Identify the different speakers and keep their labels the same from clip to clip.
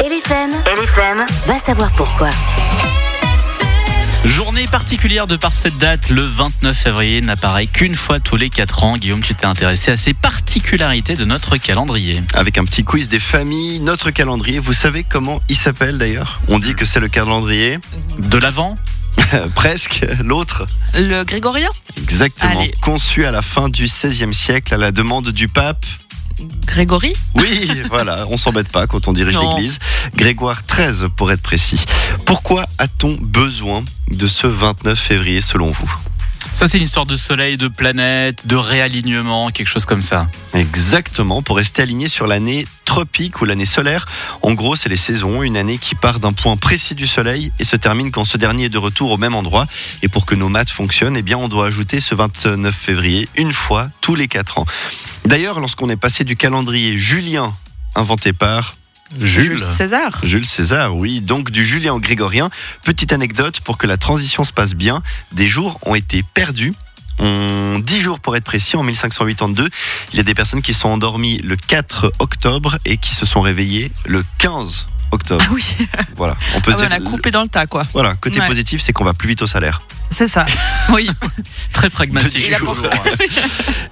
Speaker 1: LFM. LFM. Va savoir pourquoi.
Speaker 2: Journée particulière de par cette date, le 29 février n'apparaît qu'une fois tous les 4 ans. Guillaume, tu t'es intéressé à ces particularités de notre calendrier.
Speaker 3: Avec un petit quiz des familles, notre calendrier, vous savez comment il s'appelle d'ailleurs On dit que c'est le calendrier, euh,
Speaker 2: De l'avant
Speaker 3: presque, l'autre,
Speaker 4: Le grégorien
Speaker 3: exactement,
Speaker 4: Allez.
Speaker 3: conçu à la fin du XVIe siècle à la demande du pape.
Speaker 4: Grégory
Speaker 3: Oui, voilà, on s'embête pas quand on dirige
Speaker 4: Non.
Speaker 3: l'église. Grégoire XIII pour être précis. Pourquoi a-t-on besoin de ce 29 février selon vous
Speaker 2: Ça, c'est une histoire de soleil, de planète, de réalignement, quelque chose comme ça.
Speaker 3: Exactement, pour rester aligné sur l'année tropique ou l'année solaire. En gros, c'est les saisons, une année qui part d'un point précis du soleil et se termine quand ce dernier est de retour au même endroit. Et pour que nos maths fonctionnent, eh bien, on doit ajouter ce 29 février une fois tous les 4 ans. D'ailleurs, lorsqu'on est passé du calendrier julien inventé par Jules.
Speaker 4: César
Speaker 3: Jules César, oui, donc du julien au grégorien. Petite anecdote pour que la transition se passe bien, des jours ont été perdus. On, 10 jours pour être précis, en 1582, il y a des personnes qui sont endormies le 4 octobre et qui se sont réveillées le 15 octobre.
Speaker 4: Ah oui,
Speaker 3: Voilà, on peut
Speaker 4: Ah
Speaker 3: se
Speaker 4: ouais,
Speaker 3: dire.
Speaker 4: on a coupé dans le tas quoi.
Speaker 3: Voilà, côté
Speaker 4: Ouais.
Speaker 3: positif, c'est qu'on va plus vite au salaire.
Speaker 4: C'est ça. Oui,
Speaker 2: Très pragmatique.
Speaker 3: De dix Il a jours. pensé.
Speaker 2: Ouais.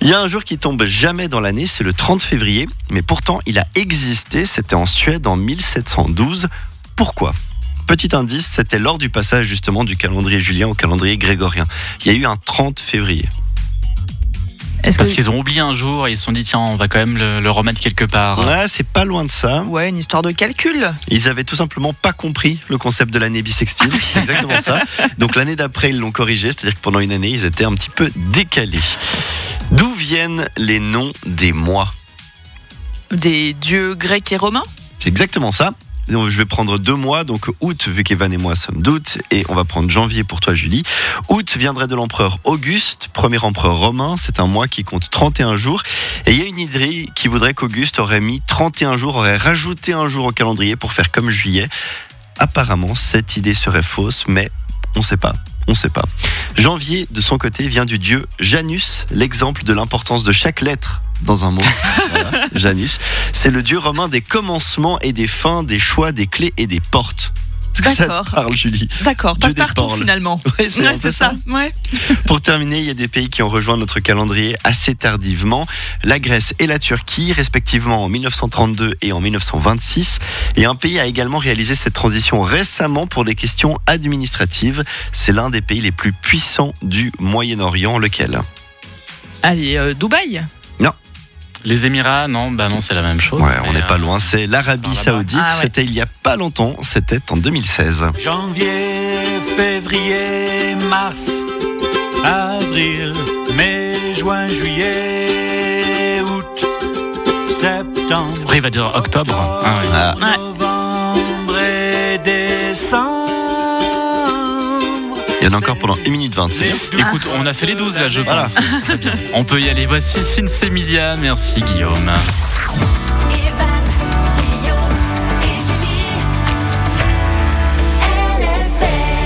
Speaker 3: Il y a un jour qui tombe jamais dans l'année, c'est le 30 février, mais pourtant il a existé, c'était en Suède en 1712. Pourquoi Petit indice, c'était lors du passage justement du calendrier julien au calendrier grégorien. Il y a eu un 30 février.
Speaker 4: est-ce que
Speaker 2: Parce qu'ils ont oublié un jour et ils se sont dit, tiens, on va quand même le, le remettre quelque part.
Speaker 3: Ouais, c'est pas loin de ça.
Speaker 4: Ouais, une histoire de calcul.
Speaker 3: Ils avaient tout simplement pas compris le concept de l'année bisextile. C'est exactement ça. Donc l'année d'après, ils l'ont corrigé, c'est-à-dire que pendant une année, ils étaient un petit peu décalés. D'où viennent les noms des mois
Speaker 4: Des dieux grecs et romains
Speaker 3: C'est exactement ça. Donc, Je vais prendre deux mois, donc août, vu qu'Evan et moi sommes d'août, et on va prendre janvier pour toi, Julie. Août viendrait de l'empereur Auguste, premier empereur romain. C'est un mois qui compte 31 jours. Et il y a une idée qui voudrait qu'Auguste aurait mis 31 jours, aurait rajouté un jour au calendrier pour faire comme juillet. Apparemment, cette idée serait fausse, mais on ne sait pas. On sait pas. Janvier, de son côté, vient du dieu Janus, l'exemple de l'importance de chaque lettre dans un mot. Voilà, Janus. C'est le dieu romain des commencements et des fins, des choix, des clés et des portes. Est-ce que ça te
Speaker 4: D'accord.
Speaker 3: parle, Julie
Speaker 4: D'accord,
Speaker 3: Dieu
Speaker 4: passe
Speaker 3: des
Speaker 4: partout
Speaker 3: porles.
Speaker 4: finalement.
Speaker 3: Ouais, c'est un
Speaker 4: Ouais,
Speaker 3: peu
Speaker 4: c'est ça. Ouais.
Speaker 3: Pour terminer, il y a des pays qui ont rejoint notre calendrier assez tardivement. La Grèce et la Turquie, respectivement en 1932 et en 1926. Et un pays a également réalisé cette transition récemment pour des questions administratives. C'est l'un des pays les plus puissants du Moyen-Orient, lequel
Speaker 4: Allez, euh, Dubaï.
Speaker 2: Les Émirats, non, bah non, c'est la même chose.
Speaker 3: Ouais, on
Speaker 2: Mais,
Speaker 3: n'est
Speaker 2: euh,
Speaker 3: pas loin. C'est l'Arabie
Speaker 2: par là-bas.
Speaker 3: Saoudite.
Speaker 4: Ah ouais.
Speaker 3: C'était il y a pas longtemps. C'était en 2016.
Speaker 5: Janvier, février, mars, avril, mai, juin, juillet, août, septembre.
Speaker 2: Après, il va dire octobre. Ah ouais.
Speaker 3: Ah.
Speaker 5: octobre, Novembre et décembre.
Speaker 3: Il y en a encore pendant 1 minute 20. c'est bien.
Speaker 2: Écoute, on a fait les 12 là, je
Speaker 3: Voilà.
Speaker 2: pense. Très bien. On peut y aller. Voici Sinsemilia. Merci Guillaume.